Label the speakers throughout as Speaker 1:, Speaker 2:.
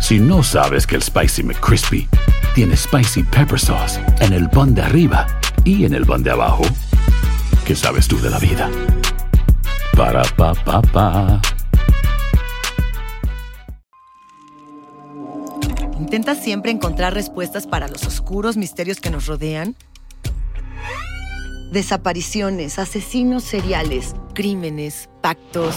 Speaker 1: Si no sabes que el Spicy McCrispy tiene Spicy Pepper Sauce en el pan de arriba y en el pan de abajo, ¿qué sabes tú de la vida? Para, pa, pa, pa.
Speaker 2: ¿Intentas siempre encontrar respuestas para los oscuros misterios que nos rodean? Desapariciones, asesinos seriales, crímenes, pactos.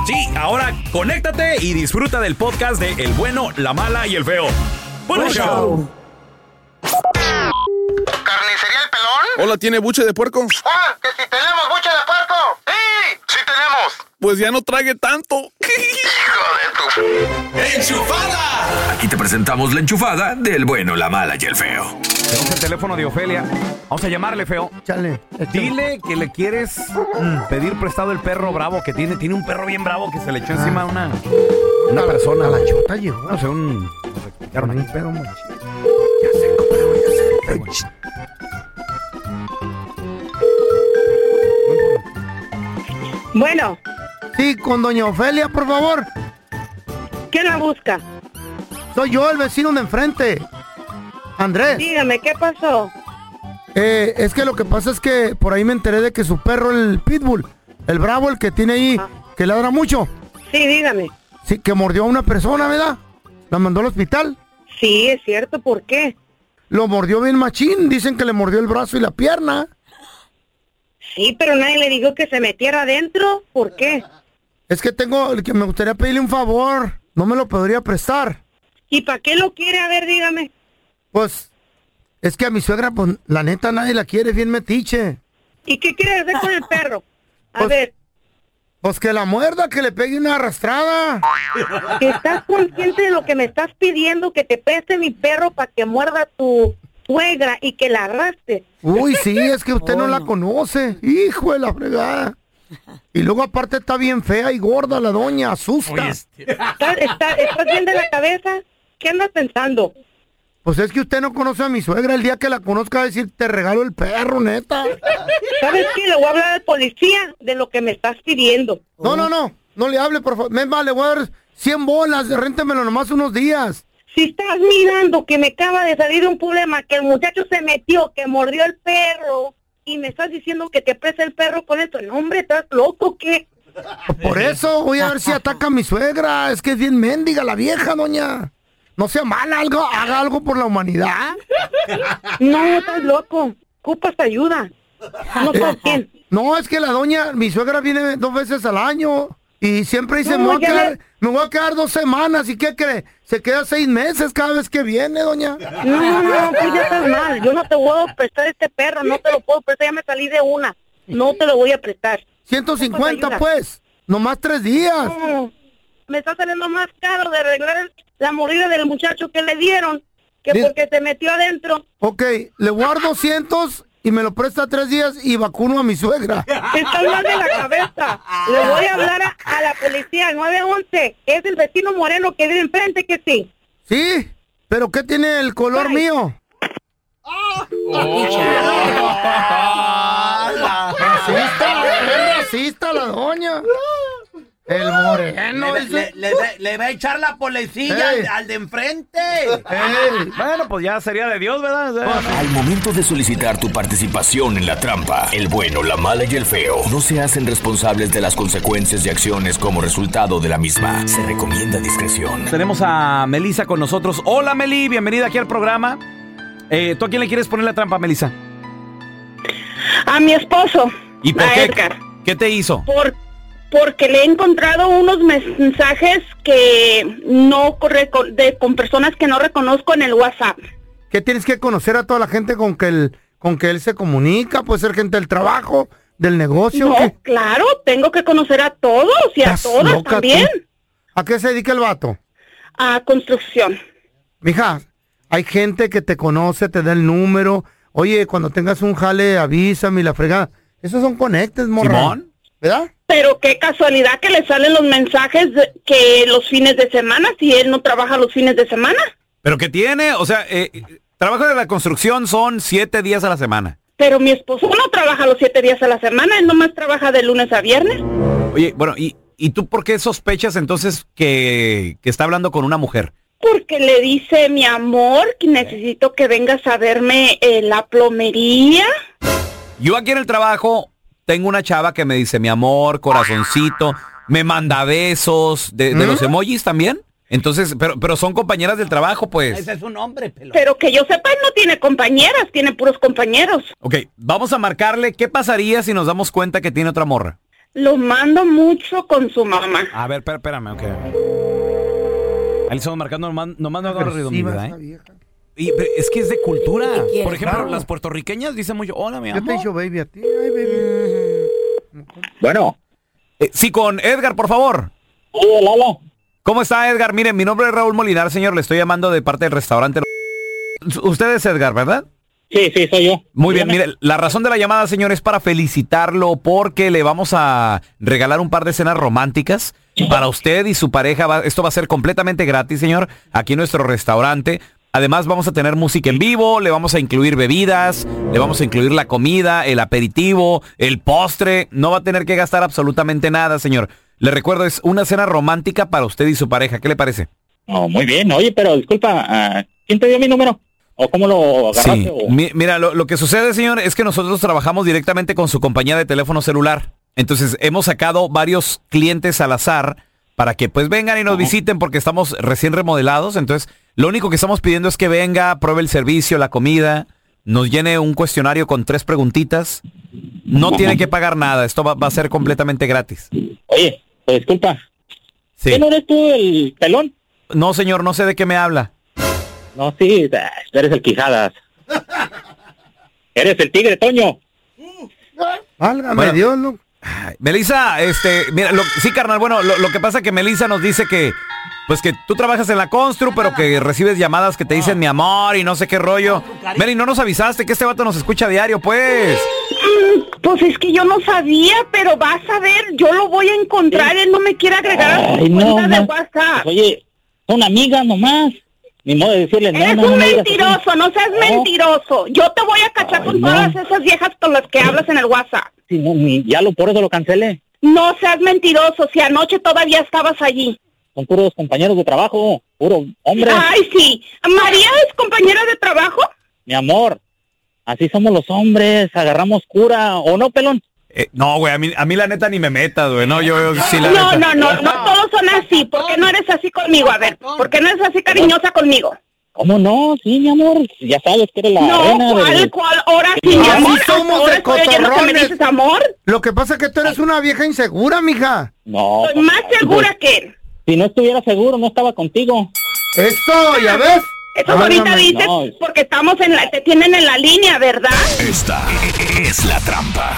Speaker 3: Sí, ahora conéctate y disfruta del podcast de El bueno, la mala y el feo. Bueno, show.
Speaker 4: ¿Carnicería El Pelón?
Speaker 5: Hola, ¿tiene buche de puerco?
Speaker 4: ¡Ah! ¡Que si tenemos bucha de puerco! ¡Sí! ¡Sí tenemos!
Speaker 5: Pues ya no trague tanto.
Speaker 4: ¡Hijo de tu... ¡Enchufada!
Speaker 6: Aquí te presentamos la enchufada del bueno, la mala y el feo.
Speaker 3: Tenemos el teléfono de Ofelia. Vamos a llamarle, feo.
Speaker 7: Chale.
Speaker 3: Dile que le quieres mm, pedir prestado el perro bravo que tiene. Tiene un perro bien bravo que se le echó encima a una, una persona.
Speaker 7: A la chota llegó.
Speaker 3: No sé, un... nos
Speaker 7: Con
Speaker 3: explicaron
Speaker 7: un
Speaker 3: ahí.
Speaker 7: pedo mochi.
Speaker 8: Bueno,
Speaker 7: Sí, con doña Ofelia, por favor.
Speaker 8: ¿quién la busca?
Speaker 7: Soy yo, el vecino de enfrente. Andrés.
Speaker 8: Dígame, ¿qué pasó?
Speaker 7: Eh, es que lo que pasa es que por ahí me enteré de que su perro, el pitbull, el bravo, el que tiene ahí, que ladra mucho,
Speaker 8: Sí, dígame.
Speaker 7: sí, que mordió a una persona, ¿verdad? La mandó al hospital.
Speaker 8: Sí, es cierto, ¿por qué?
Speaker 7: Lo mordió bien machín, dicen que le mordió el brazo y la pierna.
Speaker 8: Sí, pero nadie le dijo que se metiera adentro, ¿por qué?
Speaker 7: Es que tengo, que me gustaría pedirle un favor, no me lo podría prestar.
Speaker 8: ¿Y para qué lo quiere? A ver, dígame.
Speaker 7: Pues, es que a mi suegra, pues, la neta nadie la quiere, bien metiche.
Speaker 8: ¿Y qué quiere hacer con el perro? A
Speaker 7: Pues-
Speaker 8: ver,
Speaker 7: Pues que la muerda, que le pegue una arrastrada.
Speaker 8: ¿estás consciente de lo que me estás pidiendo? Que te preste mi perro para que muerda tu suegra y que la arrastre.
Speaker 7: Uy, sí, es que usted no la conoce. Hijo de la fregada. Y luego aparte está bien fea y gorda la doña, asusta.
Speaker 8: ¿Estás, está- estás bien de la cabeza? ¿Qué andas pensando?
Speaker 7: Pues es que usted no conoce a mi suegra. El día que la conozca va a decir, te regalo el perro, neta.
Speaker 8: ¿Sabes qué? Le voy a hablar al policía de lo que me estás pidiendo.
Speaker 7: No, no, no. No le hable, por favor. Me vale, voy a dar 100 bolas. Réntemelo nomás unos días.
Speaker 8: Si estás mirando que me acaba de salir un problema, que el muchacho se metió, que mordió el perro, y me estás diciendo que te presta el perro con esto, no hombre, estás loco que
Speaker 7: Por eso voy a ver si ataca a mi suegra. Es que es bien mendiga la vieja, doña. No sea mala, algo, haga algo por la humanidad.
Speaker 8: no estás loco, ocupas ayuda, no sabes quién.
Speaker 7: No, es que la doña, mi suegra viene dos veces al año y siempre dice,
Speaker 8: No,
Speaker 7: me, voy a
Speaker 8: ya
Speaker 7: quedar,
Speaker 8: ve-
Speaker 7: me voy a quedar dos semanas. ¿Y qué cree? Se queda seis meses cada vez que viene, doña.
Speaker 8: No, no, pues ya estás mal, yo no te voy a prestar este perro, no te lo puedo prestar, ya me salí de una, no te lo voy a prestar.
Speaker 7: 150,
Speaker 8: ayuda.
Speaker 7: pues. Nomás tres días.
Speaker 8: No, me está saliendo más caro de arreglar la mordida del muchacho que le dieron que
Speaker 7: Di-
Speaker 8: porque se metió adentro.
Speaker 7: Ok, le guardo cientos y me lo presta tres días y vacuno a mi suegra.
Speaker 8: Está mal de la cabeza. Le voy a hablar a, a la policía al 911. Es el vecino moreno que vive enfrente que sí.
Speaker 7: ¿Sí? ¿Pero qué tiene el color mío? Oh.
Speaker 9: Racista,
Speaker 7: racista la doña. El moreno.
Speaker 9: Le,
Speaker 7: dice.
Speaker 9: le- le- le- le va a echar la policía
Speaker 7: Ey.
Speaker 9: al, al de enfrente. Ah.
Speaker 3: Bueno, pues ya sería de Dios, ¿verdad?
Speaker 10: Al momento de solicitar tu participación en la trampa, el bueno, la mala y el feo no se hacen responsables de las consecuencias y acciones como resultado de la misma. Se recomienda discreción.
Speaker 3: Tenemos a Melisa con nosotros. Hola, Meli, bienvenida aquí al programa. Eh, ¿Tú a quién le quieres poner la trampa, Melisa?
Speaker 8: A mi esposo.
Speaker 3: ¿Y por
Speaker 8: a
Speaker 3: qué?
Speaker 8: Edgar.
Speaker 3: ¿Qué te hizo?
Speaker 8: Por, porque le he encontrado unos mensajes que no correco- de, con personas que no reconozco en el WhatsApp.
Speaker 7: ¿Qué tienes que conocer a toda la gente con que, el, con que él se comunica? Puede ser gente del trabajo, del negocio.
Speaker 8: No,
Speaker 7: ¿qué?
Speaker 8: claro, tengo que conocer a todos y a
Speaker 7: ¿Estás
Speaker 8: todas
Speaker 7: loca tú?
Speaker 8: también.
Speaker 7: ¿A qué se dedica el vato?
Speaker 8: A construcción.
Speaker 7: Mija, hay gente que te conoce, te da el número. Oye, cuando tengas un jale, avísame y la fregada. Esos son conectes, morra.
Speaker 3: ¿Simón?
Speaker 7: ¿Verdad?
Speaker 8: Pero qué casualidad que le salen los mensajes de- que los fines de semana, si él no trabaja los fines de semana.
Speaker 3: ¿Pero qué tiene? O sea, eh, trabajo de la construcción son siete días a la semana.
Speaker 8: Pero mi esposo no trabaja los siete días a la semana, él nomás trabaja de lunes a viernes.
Speaker 3: Oye, bueno, ¿y, y tú por qué sospechas entonces que, que está hablando con una mujer?
Speaker 8: Porque le dice, mi amor, que necesito que vengas a verme en la plomería.
Speaker 3: Yo aquí en el trabajo tengo una chava que me dice mi amor, corazoncito, me manda besos de, de
Speaker 7: ¿Mm?
Speaker 3: los emojis también. Entonces, pero, pero son compañeras del trabajo, pues.
Speaker 8: es un hombre, pelón. Pero que yo sepa, él no tiene compañeras, tiene puros compañeros.
Speaker 3: Ok, vamos a marcarle qué pasaría si nos damos cuenta que tiene otra morra.
Speaker 8: Lo mando mucho con su mamá.
Speaker 3: A ver, espera- espérame, ok. Ahí le estamos marcando, nomás, nomás no haga
Speaker 7: Agresiva
Speaker 3: ruido, mi vida,
Speaker 7: esa
Speaker 3: ¿eh? Y, pero es que es de cultura.
Speaker 7: quiere?
Speaker 3: Por ejemplo,
Speaker 7: Claro.
Speaker 3: las puertorriqueñas dicen mucho, hola, mi
Speaker 7: Yo te he
Speaker 3: amor.
Speaker 7: dicho baby a ti. Ay, baby.
Speaker 3: Bueno. Eh, sí, con Edgar, por favor. Hola, hola. ¿Cómo está, Edgar? Miren, mi nombre es Raúl Molinar, señor. Le estoy llamando de parte del restaurante. Usted es Edgar, ¿verdad?
Speaker 11: Sí, sí, soy yo.
Speaker 3: Muy bien,
Speaker 11: Dígame.
Speaker 3: mire, la razón de la llamada, señor, es para felicitarlo porque le vamos a regalar un par de cenas románticas para usted y su pareja. Va- esto va a ser completamente gratis, señor, aquí en nuestro restaurante. Además, vamos a tener música en vivo, le vamos a incluir bebidas, le vamos a incluir la comida, el aperitivo, el postre. No va a tener que gastar absolutamente nada, señor. Le recuerdo, es una cena romántica para usted y su pareja. ¿Qué le parece?
Speaker 11: Oh, muy bien. Oye, pero disculpa, ah, ¿quién te dio mi número? ¿O cómo lo agarraste?
Speaker 3: Sí.
Speaker 11: o-
Speaker 3: Mi- mira, lo, lo que sucede, señor, es que nosotros trabajamos directamente con su compañía de teléfono celular. Entonces, hemos sacado varios clientes al azar para que pues vengan y nos visiten porque estamos recién remodelados. Entonces, lo único que estamos pidiendo es que venga, pruebe el servicio, la comida, nos llene un cuestionario con tres preguntitas. No tiene que pagar nada, esto va, va a ser completamente gratis.
Speaker 11: Oye, pues disculpa.
Speaker 3: Sí.
Speaker 11: ¿Quién eres tú, el pelón?
Speaker 3: No, señor, no sé de qué me habla.
Speaker 11: No, sí, ah, eres el Quijadas. eres el tigre, Toño.
Speaker 7: Válgame
Speaker 3: Bueno.
Speaker 7: Dios, loco.
Speaker 3: Ay, Melissa, este, mira, lo- sí, carnal, bueno, lo, lo que pasa es que Melissa nos dice que, pues que tú trabajas en la Constru, pero que recibes llamadas que te dicen mi amor y no sé qué rollo. Meli, no nos avisaste que este vato nos escucha a diario, pues.
Speaker 8: Mm, Pues es que yo no sabía, pero vas a ver, yo lo voy a encontrar, él no me quiere agregar a su
Speaker 11: Ay, no,
Speaker 8: cuenta de
Speaker 11: ma.
Speaker 8: WhatsApp.
Speaker 11: Pues, oye, son amigas nomás. Ni modo de decirle, no,
Speaker 8: Eres
Speaker 11: no, no
Speaker 8: un
Speaker 11: me digas así. Oh.
Speaker 8: mentiroso, no seas mentiroso. Yo te voy a cachar con
Speaker 11: no.
Speaker 8: todas esas viejas con las que hablas en el WhatsApp.
Speaker 11: Sí, no, ni- ya lo, por eso lo cancelé.
Speaker 8: No seas mentiroso, si anoche todavía estabas allí.
Speaker 11: Son puros compañeros de trabajo, puro hombre.
Speaker 8: Ay, sí. María es compañera de trabajo.
Speaker 11: Mi amor, así somos los hombres, agarramos cura, ¿o no, pelón?
Speaker 3: Eh, no, güey, a mí, a mí la neta ni me metas, güey, no, yo, yo sí la
Speaker 8: No,
Speaker 3: neta.
Speaker 8: no, no, no todos son así. ¿Por qué no eres así conmigo? A ver, ¿por qué no eres así cariñosa conmigo?
Speaker 11: ¿Cómo no? Sí, mi amor, ya sabes que eres la
Speaker 8: No,
Speaker 11: reina
Speaker 8: ¿cuál,
Speaker 11: del-
Speaker 8: cuál? Ahora sí, mi
Speaker 7: Así
Speaker 8: amor.
Speaker 7: somos
Speaker 8: ahora
Speaker 7: de
Speaker 8: estoy oyendo que me
Speaker 7: cotorrones.
Speaker 8: dices amor.
Speaker 7: Lo que pasa es que tú eres una vieja insegura, mija.
Speaker 11: No. pues,
Speaker 8: Estoy más segura que...
Speaker 11: Si no estuviera seguro, no estaba contigo.
Speaker 7: Esto, ya ves.
Speaker 8: Eso ahorita dices porque estamos en la... Te tienen en la línea, ¿verdad?
Speaker 10: Esta es la trampa.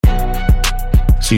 Speaker 1: Si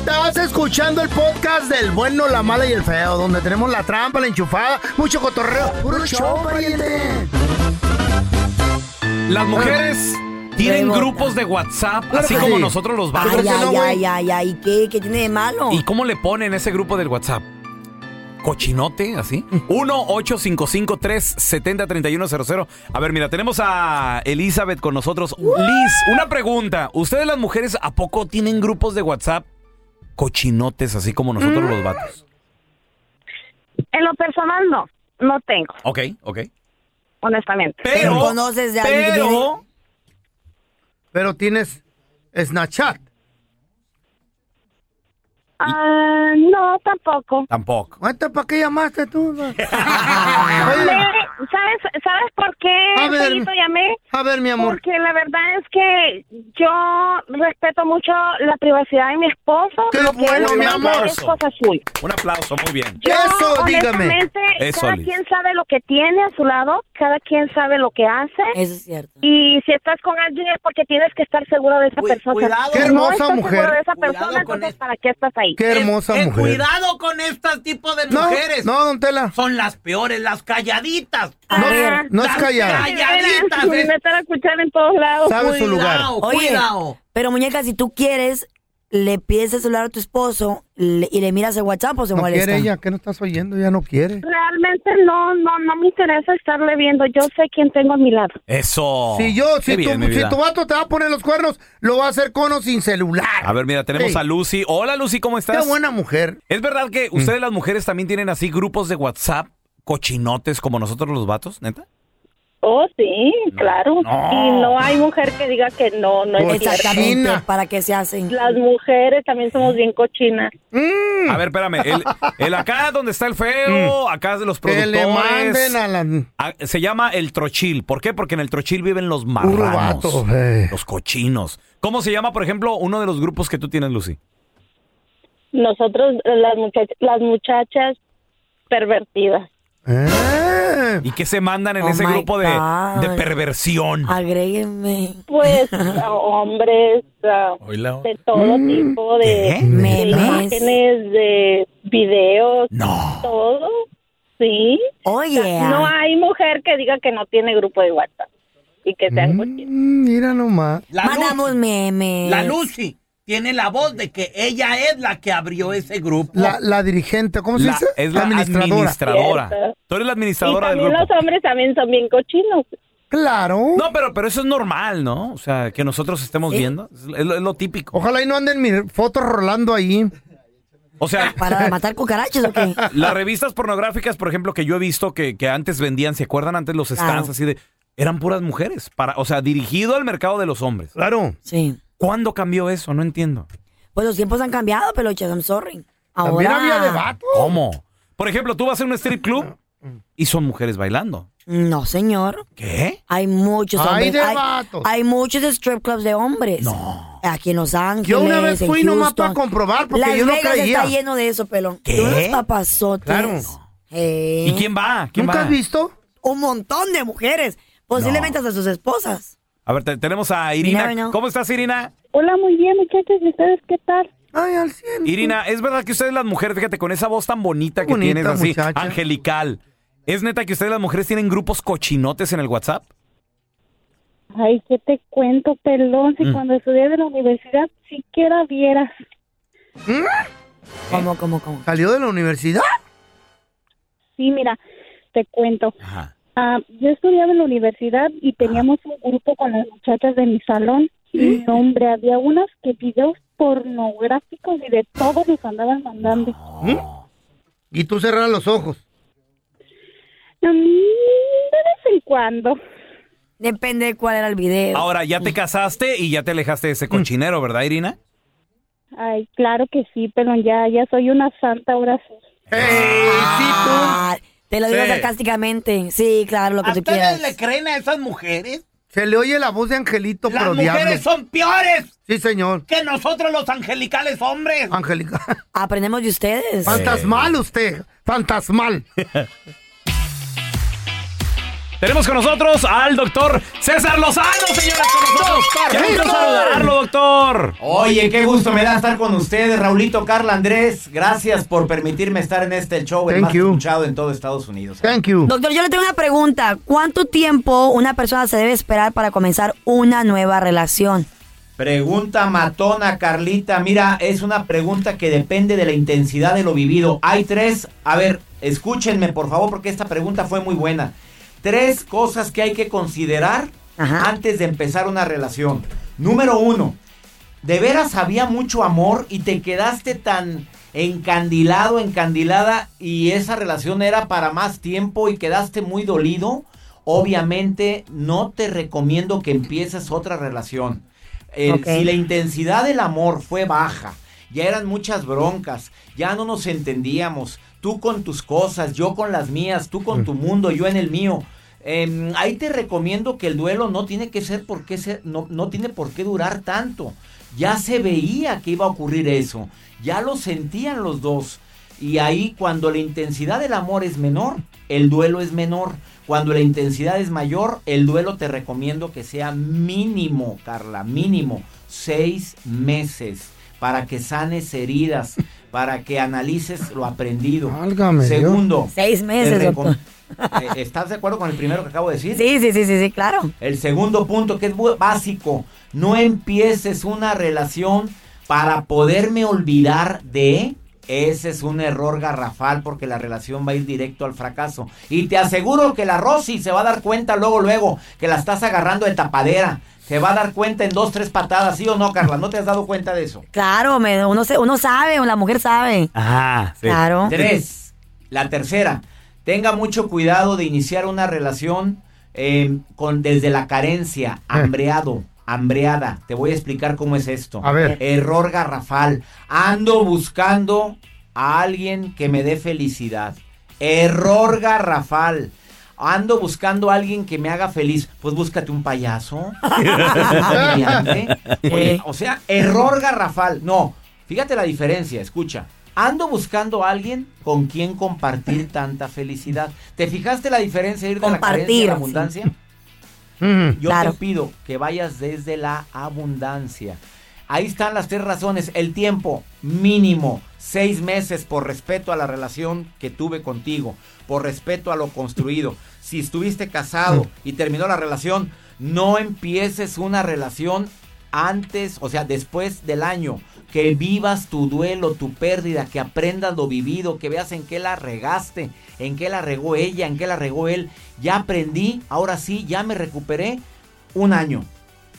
Speaker 7: Estás escuchando el podcast del bueno, la mala y el feo, donde tenemos la trampa, la enchufada, mucho cotorreo. ¡Puro show, pariente!
Speaker 3: Las mujeres tienen
Speaker 12: Rebota.
Speaker 3: grupos de WhatsApp,
Speaker 12: Claro
Speaker 3: así
Speaker 12: que
Speaker 3: como
Speaker 12: sí.
Speaker 3: nosotros los
Speaker 12: Ay,
Speaker 3: varones.
Speaker 12: ay, ay, ay, ay, ¿qué? ¿Qué tiene de malo?
Speaker 3: ¿Y cómo le ponen ese grupo del WhatsApp? ¿Cochinote? ¿Así? 1-855-370-3100. A ver, mira, tenemos a Elizabeth con nosotros. Liz, una pregunta. ¿Ustedes las mujeres a poco tienen grupos de WhatsApp cochinotes, así como nosotros
Speaker 13: Mm.
Speaker 3: los vatos?
Speaker 13: En lo personal, no. No tengo,
Speaker 3: Ok, ok.
Speaker 13: honestamente.
Speaker 12: Pero conoces de alguien que
Speaker 3: pero-
Speaker 7: Pero tienes Snapchat.
Speaker 13: Ah, no, tampoco.
Speaker 3: Tampoco.
Speaker 12: Ah,
Speaker 7: ¿Cuánto para qué llamaste tú?
Speaker 13: Me- ¿Sabes, ¿Sabes por qué,
Speaker 7: A ver.
Speaker 13: Feito, llamé?
Speaker 7: A ver, mi amor.
Speaker 13: Porque la verdad es que yo respeto mucho la privacidad de mi esposo.
Speaker 7: Qué
Speaker 13: lo que
Speaker 7: bueno,
Speaker 13: no
Speaker 7: mi
Speaker 13: es
Speaker 7: amor.
Speaker 13: cosa suya.
Speaker 3: Un aplauso, muy bien.
Speaker 13: Yo,
Speaker 7: Eso, dígame.
Speaker 13: honestamente,
Speaker 3: Eso,
Speaker 13: cada
Speaker 3: Liz.
Speaker 13: quien sabe lo que tiene a su lado, cada quien sabe lo que hace.
Speaker 12: Eso es cierto.
Speaker 13: Y si estás con alguien es porque tienes que estar seguro de esa persona.
Speaker 9: cuidado.
Speaker 7: Qué
Speaker 13: Si
Speaker 7: hermosa
Speaker 13: no estás
Speaker 7: mujer.
Speaker 13: seguro de esa
Speaker 9: Cuidado
Speaker 13: persona,
Speaker 9: con
Speaker 13: entonces, ¿para qué estás ahí?
Speaker 7: Qué hermosa
Speaker 9: Eh,
Speaker 7: mujer.
Speaker 9: Cuidado con este tipo de
Speaker 7: No,
Speaker 9: mujeres.
Speaker 7: no, don Tela.
Speaker 9: Son las peores, las calladitas.
Speaker 7: No, no es callada.
Speaker 9: Calladitas.
Speaker 13: Me
Speaker 9: eh.
Speaker 13: están a escuchar en todos lados.
Speaker 7: Sabe su lugar.
Speaker 9: Cuidado,
Speaker 12: Oye,
Speaker 9: cuidado.
Speaker 12: pero muñeca, si tú quieres, le pides el celular a tu esposo le- y le miras el WhatsApp o se
Speaker 7: No
Speaker 12: molesta.
Speaker 7: quiere ella, ¿qué no estás oyendo? Ya no quiere.
Speaker 13: Realmente no, no, no me interesa estarle viendo. Yo sé quién tengo a mi lado.
Speaker 3: Eso.
Speaker 7: Si yo,
Speaker 3: Qué
Speaker 7: si,
Speaker 3: bien,
Speaker 7: tu,
Speaker 3: mi
Speaker 7: si
Speaker 3: vida.
Speaker 7: tu vato te va a poner los cuernos, lo va a hacer con o sin celular.
Speaker 3: A ver, mira, tenemos
Speaker 7: Sí.
Speaker 3: a Lucy. Hola, Lucy, ¿cómo
Speaker 7: Qué
Speaker 3: estás?
Speaker 7: buena mujer. Mm.
Speaker 3: ¿Es verdad que ustedes las mujeres también tienen así grupos de WhatsApp cochinotes como nosotros los vatos, neta?
Speaker 13: Oh, sí, claro.
Speaker 3: no.
Speaker 13: Y no hay mujer que diga que no, no es
Speaker 7: Cochina.
Speaker 13: cierto.
Speaker 12: Exactamente.
Speaker 7: China.
Speaker 12: ¿Para qué se hacen?
Speaker 13: Las mujeres también somos bien cochinas.
Speaker 7: Mm.
Speaker 3: A ver, espérame. El, el acá donde está el feo, acá de los
Speaker 7: Que
Speaker 3: productores.
Speaker 7: le manden a la...
Speaker 3: Ah, se llama el trochil. ¿Por qué? Porque en el trochil viven los
Speaker 7: Puro
Speaker 3: marranos.
Speaker 7: vato, eh.
Speaker 3: Los cochinos. ¿Cómo se llama, por ejemplo, uno de los grupos que tú tienes, Lucy?
Speaker 13: Nosotros, las, muchach- las muchachas pervertidas.
Speaker 7: Eh.
Speaker 3: ¿Y qué se mandan en
Speaker 12: Oh
Speaker 3: ese
Speaker 12: my
Speaker 3: grupo de,
Speaker 12: God.
Speaker 3: de perversión?
Speaker 12: Agréguenme.
Speaker 13: Pues a hombres a-
Speaker 3: Oíla.
Speaker 13: de todo tipo, de,
Speaker 3: Mm.
Speaker 13: de
Speaker 3: ¿Qué?
Speaker 12: Memes.
Speaker 13: imágenes, de videos,
Speaker 3: No.
Speaker 13: todo. Sí.
Speaker 12: Oye.
Speaker 13: No hay mujer que diga que no tiene grupo de WhatsApp y que sean cochinas.
Speaker 7: Mm, Mira nomás.
Speaker 9: La
Speaker 12: mandamos
Speaker 9: Lucy,
Speaker 12: memes.
Speaker 9: la Lucy tiene la voz de que ella es la que abrió ese grupo.
Speaker 7: La, la dirigente, ¿cómo se
Speaker 3: La-
Speaker 7: dice?
Speaker 9: e-
Speaker 3: es la administradora.
Speaker 13: Cierto.
Speaker 3: Tú eres la
Speaker 13: Y
Speaker 3: administradora del
Speaker 13: también
Speaker 3: grupo.
Speaker 13: los hombres también son bien cochinos.
Speaker 7: Claro.
Speaker 3: No, pero, pero eso es normal, ¿no? O sea, que nosotros estemos
Speaker 12: Sí.
Speaker 3: viendo. Es lo, es lo típico.
Speaker 7: Ojalá y no anden mis fotos rolando ahí.
Speaker 3: O sea,
Speaker 12: ¿Para matar cucarachas o qué?
Speaker 3: las revistas pornográficas, por ejemplo, que yo he visto que, que antes vendían, ¿se acuerdan antes los stands
Speaker 12: Claro.
Speaker 3: así de. Eran puras mujeres, para, o sea, dirigido al mercado de los hombres.
Speaker 7: Claro.
Speaker 12: Sí.
Speaker 3: ¿Cuándo cambió eso? No entiendo.
Speaker 12: Pues los tiempos han cambiado, peluches, I'm sorry. Ahora.
Speaker 7: También había Mm, de vato.
Speaker 3: ¿Cómo? Por ejemplo, tú vas a un strip club y son mujeres bailando.
Speaker 12: No, señor.
Speaker 3: ¿Qué?
Speaker 12: Hay muchos
Speaker 7: Hay
Speaker 12: hombres.
Speaker 7: de vatos.
Speaker 12: hay muchos strip clubs de hombres.
Speaker 3: No.
Speaker 12: Aquí en Los Ángeles.
Speaker 7: Yo una vez
Speaker 12: en
Speaker 7: fui nomás
Speaker 12: Houston.
Speaker 7: para comprobar, porque
Speaker 12: Las
Speaker 7: yo no
Speaker 12: Vegas
Speaker 7: creía.
Speaker 12: está lleno de eso, pelón.
Speaker 3: ¿Qué?
Speaker 12: De unos papazotes.
Speaker 7: Claro.
Speaker 12: Eh,
Speaker 3: ¿Y quién va? ¿Quién
Speaker 7: ¿Nunca
Speaker 3: va?
Speaker 7: has visto?
Speaker 12: un montón de mujeres, posiblemente hasta sus esposas.
Speaker 3: A ver, te- tenemos a
Speaker 12: Never
Speaker 3: Irina.
Speaker 12: know.
Speaker 3: ¿Cómo estás, Irina?
Speaker 13: Hola, muy bien, muchachos. ¿Y ustedes qué tal?
Speaker 7: Ay, al cielo.
Speaker 3: Irina, es verdad que ustedes las mujeres, fíjate, con esa voz tan bonita que
Speaker 7: Bonita,
Speaker 3: tienes, así,
Speaker 7: muchacha.
Speaker 3: angelical. ¿Es neta que ustedes las mujeres tienen grupos cochinotes en el WhatsApp?
Speaker 13: Ay, ¿qué te cuento, pelón? Si
Speaker 3: Mm.
Speaker 13: cuando estudié de la universidad siquiera vieras.
Speaker 3: ¿Mm?
Speaker 12: ¿Cómo, cómo, cómo?
Speaker 7: ¿Salió de la universidad?
Speaker 13: Sí, mira, te cuento.
Speaker 3: Ajá.
Speaker 13: Ah, yo estudiaba en la universidad y teníamos un grupo con las muchachas de mi salón. Y,
Speaker 3: ¿Mm?
Speaker 13: no, hombre, había unas que videos pornográficos y de todo nos andaban mandando.
Speaker 12: Ah.
Speaker 7: ¿Mm? Y tú cerras los ojos.
Speaker 13: Mm, De vez en cuando.
Speaker 12: Depende de cuál era el
Speaker 13: Eh,
Speaker 12: video.
Speaker 3: Ahora, ya te casaste y ya te alejaste de
Speaker 14: Mm.
Speaker 3: ese cochinero, ¿verdad, Irina?
Speaker 13: Ay, claro que sí, pelón, ya, ya soy una santa ahora sí.
Speaker 12: Ah, te lo digo
Speaker 7: Sí.
Speaker 12: sarcásticamente. Sí, claro, lo que tú quieras.
Speaker 9: le creen a esas mujeres?
Speaker 7: Se le oye la voz de Angelito,
Speaker 9: Las
Speaker 7: pero
Speaker 9: mujeres
Speaker 7: diablo.
Speaker 9: son peores
Speaker 7: Sí, señor.
Speaker 9: que nosotros los angelicales hombres.
Speaker 7: Angélica.
Speaker 12: Aprendemos de ustedes.
Speaker 7: Fantasmal usted. Fantasmal.
Speaker 3: Tenemos con nosotros al doctor César Lozano, señores, con nosotros. ¡Qué gusto saludarlo, doctor!
Speaker 14: Oye, qué gusto me da estar con ustedes, Raulito, Carla, Andrés. Gracias por permitirme estar en este show, el
Speaker 7: Thank
Speaker 14: más
Speaker 7: you.
Speaker 14: escuchado en todo Estados Unidos.
Speaker 7: Thank you.
Speaker 12: Doctor, yo le tengo una pregunta. ¿Cuánto tiempo una persona se debe esperar para comenzar una nueva relación?
Speaker 14: Pregunta matona, Carlita. Mira, es una pregunta que depende de la intensidad de lo vivido. Hay tres, a ver, escúchenme por favor porque esta pregunta fue muy buena. Tres cosas que hay que considerar antes de empezar una relación. Número uno, de veras había mucho amor y te quedaste tan encandilado, encandilada y esa relación era para más tiempo y quedaste muy dolido, obviamente no te recomiendo que empieces otra relación. Eh,
Speaker 15: Ok.
Speaker 14: Si la intensidad del amor fue baja, ya eran muchas broncas, ya no nos entendíamos, tú con tus cosas, yo con las mías, tú con tu mundo, yo en el mío. Em, ahí te recomiendo que el duelo no tiene que ser por qué ser- no, no tiene por qué durar tanto. Ya se veía que iba a ocurrir eso, ya lo sentían los dos. Y ahí cuando la intensidad del amor es menor, el duelo es menor. Cuando la intensidad es mayor, el duelo te recomiendo que sea mínimo, Carla, mínimo seis meses para que sanes heridas, para que analices lo aprendido.
Speaker 7: Válgame Dios.
Speaker 14: Segundo,
Speaker 12: Seis meses,
Speaker 14: te recom-
Speaker 12: doctor.
Speaker 14: eh, ¿Estás de acuerdo con el primero que acabo de decir?
Speaker 12: Sí, sí, sí, sí, sí, claro.
Speaker 14: El segundo punto que es bu- básico, no empieces una relación para poderme olvidar de... Ese es un error garrafal porque la relación va a ir directo al fracaso. Y te aseguro que la Rosy se va a dar cuenta luego, luego, que la estás agarrando de tapadera. Se va a dar cuenta en dos, tres patadas, ¿sí o no, Carla? ¿No te has dado cuenta de eso?
Speaker 12: Claro, me- uno, se- uno sabe, la mujer sabe.
Speaker 3: Ah,
Speaker 12: sí. Claro.
Speaker 14: Tres. La tercera. Tenga mucho cuidado de iniciar una relación eh, con, desde la
Speaker 7: Eh.
Speaker 14: carencia, hambreado, hambreada. Te voy a explicar cómo es esto.
Speaker 7: A ver.
Speaker 14: Error garrafal. Ando buscando a alguien que me dé felicidad. Error garrafal. Ando buscando a alguien que me haga feliz. Pues búscate un payaso. un comediante. Oye, o sea, error garrafal. No, fíjate la diferencia, escucha. Ando buscando a alguien con quien compartir tanta felicidad. ¿Te fijaste la diferencia de ir de la carencia a
Speaker 12: Compartir,
Speaker 14: la
Speaker 12: sí.
Speaker 14: abundancia? Yo te pido que vayas desde la abundancia. Ahí están las tres razones. El tiempo mínimo, seis meses por respeto a la relación que tuve contigo, por respeto a lo construido. Si estuviste casado y terminó la relación, no empieces una relación antes, o sea, después del año. Que vivas tu duelo, tu pérdida, que aprendas lo vivido, que veas en qué la regaste, en qué la regó ella, en qué la regó él. Ya aprendí, ahora sí, ya me recuperé un año.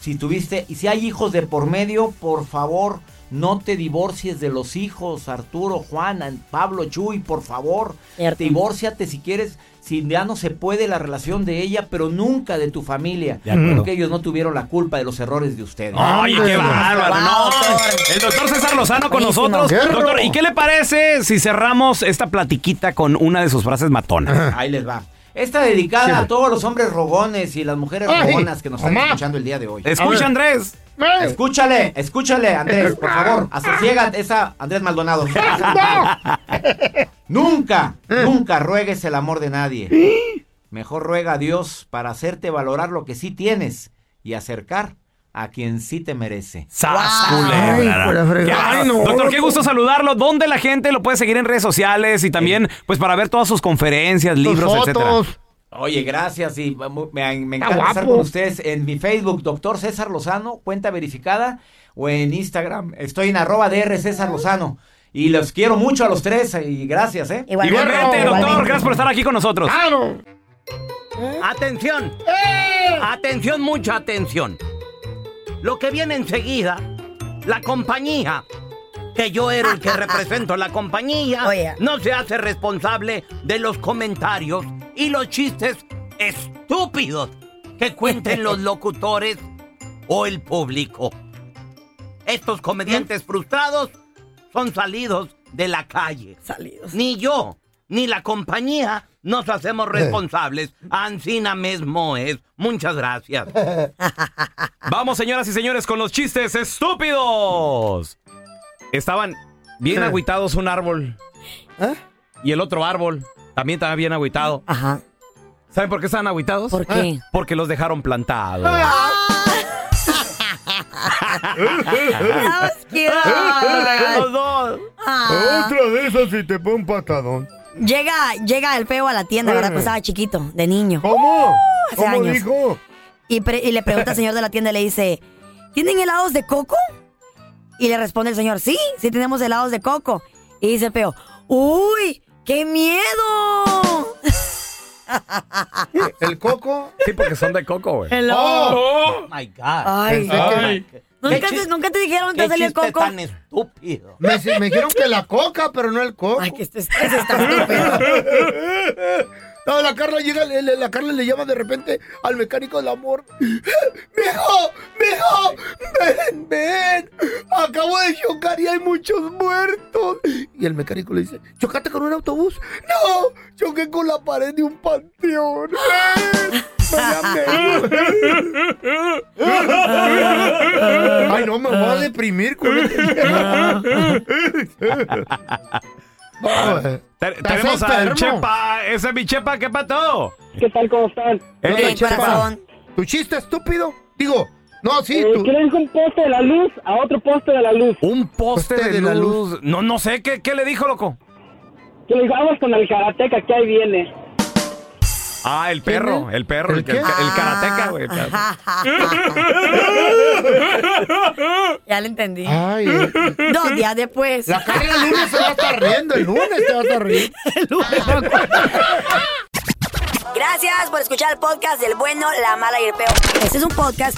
Speaker 14: Si tuviste, y si hay hijos de por medio, por favor, no te divorcies de los hijos, Arturo, Juan, An- Pablo, Chuy, por favor.
Speaker 12: Cierto.
Speaker 14: Divórciate si quieres, si ya no se puede la relación de ella, pero nunca de tu familia.
Speaker 3: De acuerdo.
Speaker 14: Porque ellos no tuvieron la culpa de los errores de ustedes.
Speaker 3: Oye, qué bárbaro. No, el doctor César Lozano con
Speaker 14: Buenísimo.
Speaker 3: nosotros.
Speaker 14: Guerro.
Speaker 3: Doctor, ¿y qué le parece si cerramos esta platiquita con una de sus frases matonas?
Speaker 14: Ahí les va. Está dedicada a todos los hombres rogones y las mujeres
Speaker 3: Ay,
Speaker 14: rogonas que nos están
Speaker 3: mamá.
Speaker 14: escuchando el día de hoy.
Speaker 3: Escucha, A ver. Andrés.
Speaker 14: Escúchale, escúchale, Andrés, por favor. Asosiega esa Andrés Maldonado. nunca, nunca ruegues el amor de nadie. Mejor ruega a Dios para hacerte valorar lo que sí tienes y acercar a quien sí te merece.
Speaker 3: culebra!
Speaker 14: por la
Speaker 3: Qué
Speaker 14: fregada.
Speaker 3: bárbaro.
Speaker 14: Ay, no,
Speaker 3: Doctor, qué
Speaker 14: loco.
Speaker 3: gusto saludarlo. ¿Dónde la gente lo puede seguir en redes sociales y también, pues, para ver todas sus conferencias, libros, etcétera?
Speaker 14: Oye, gracias y mu- me, me encanta
Speaker 3: guapo.
Speaker 14: estar con ustedes en mi Facebook, Doctor César Lozano, cuenta verificada, o en Instagram. Estoy en arroba DR César Lozano. Y los quiero mucho a los tres y gracias, ¿eh?
Speaker 3: Igualmente, doctor, gracias por estar aquí con nosotros.
Speaker 9: Ah.
Speaker 16: ¿Eh? Atención. Atención, mucha atención. Lo que viene enseguida, la compañía, que yo era el que represento la compañía, no se hace responsable de los comentarios y los chistes estúpidos que cuenten los locutores o el público. Estos comediantes frustrados son salidos de la calle. Salidos. Ni yo, ni la compañía nos hacemos responsables. Ancina mismo es. Muchas gracias.
Speaker 3: Vamos, señoras y señores, con los chistes estúpidos. Estaban bien
Speaker 15: Eh.
Speaker 3: agüitados un árbol. Y el otro árbol también estaba bien agüitado. Ajá. ¿Saben por qué estaban agüitados? ¿Por
Speaker 15: qué?
Speaker 3: Porque los dejaron plantados.
Speaker 15: Los
Speaker 16: dos.
Speaker 15: Otra de esas y te pongo un patadón.
Speaker 12: Ah, Llega, llega el feo a la tienda, ¿verdad?
Speaker 15: Eh.
Speaker 12: Cuando estaba chiquito, de niño. Uh,
Speaker 15: ¿Cómo?
Speaker 12: hace
Speaker 15: ¿Cómo
Speaker 12: años.
Speaker 15: dijo?
Speaker 12: Y, pre- y le pregunta al señor de la tienda, le dice, ¿tienen helados de coco? Y le responde el señor, sí, sí tenemos helados de coco. Y dice el feo, ¡Uy, qué miedo!
Speaker 15: ¿El coco?
Speaker 3: Sí, porque son de coco, güey.
Speaker 12: Hello.
Speaker 16: Oh.
Speaker 14: my God.
Speaker 12: Ay.
Speaker 14: Pensé
Speaker 12: Ay.
Speaker 14: que-
Speaker 12: ¿Nunca,
Speaker 14: ¿Qué
Speaker 12: te,
Speaker 14: chis-
Speaker 12: nunca te dijeron que
Speaker 14: qué
Speaker 12: te salió el
Speaker 14: chiste
Speaker 12: coco?
Speaker 14: tan estúpido.
Speaker 7: Me, me dijeron que la coca, pero no el coco. Ay,
Speaker 12: que este
Speaker 7: No, la Carla llega, le- le- la Carla le llama de repente al mecánico del amor. ¡Mijo! ¡Mijo! ¡Ven, ven! Acabo de chocar y hay muchos muertos. Y el mecánico le dice, ¿chocaste con un autobús? ¡No! Choqué con la pared de un panteón. ¡Ven! ¡Váyame! Ay, no, me voy a deprimir con este
Speaker 3: Te- tenemos al
Speaker 15: enfermo?
Speaker 3: Chepa. Ese es mi Chepa, ¿qué todo?
Speaker 15: ¿Qué tal, cómo están?
Speaker 3: Eh, Bien, Chepa. corazón.
Speaker 15: ¿Tu chiste estúpido? Digo, no, sí.
Speaker 3: tú-
Speaker 15: Que le dejo Eh, un poste de la luz a otro poste de la luz.
Speaker 3: ¿Un poste de, la luz. No, no sé, ¿qué, qué le dijo, loco?
Speaker 15: Que le vamos con el karateca, que ahí viene.
Speaker 3: Ah, el perro, el perro, el, que- el karateca, güey. el perro.
Speaker 12: ya lo entendí.
Speaker 15: Ay.
Speaker 12: Dos días después.
Speaker 15: La Carla el lunes se va a estar riendo, el lunes se va a estar riendo.
Speaker 12: Gracias por escuchar el podcast del bueno, la mala y el peor. Este es un podcast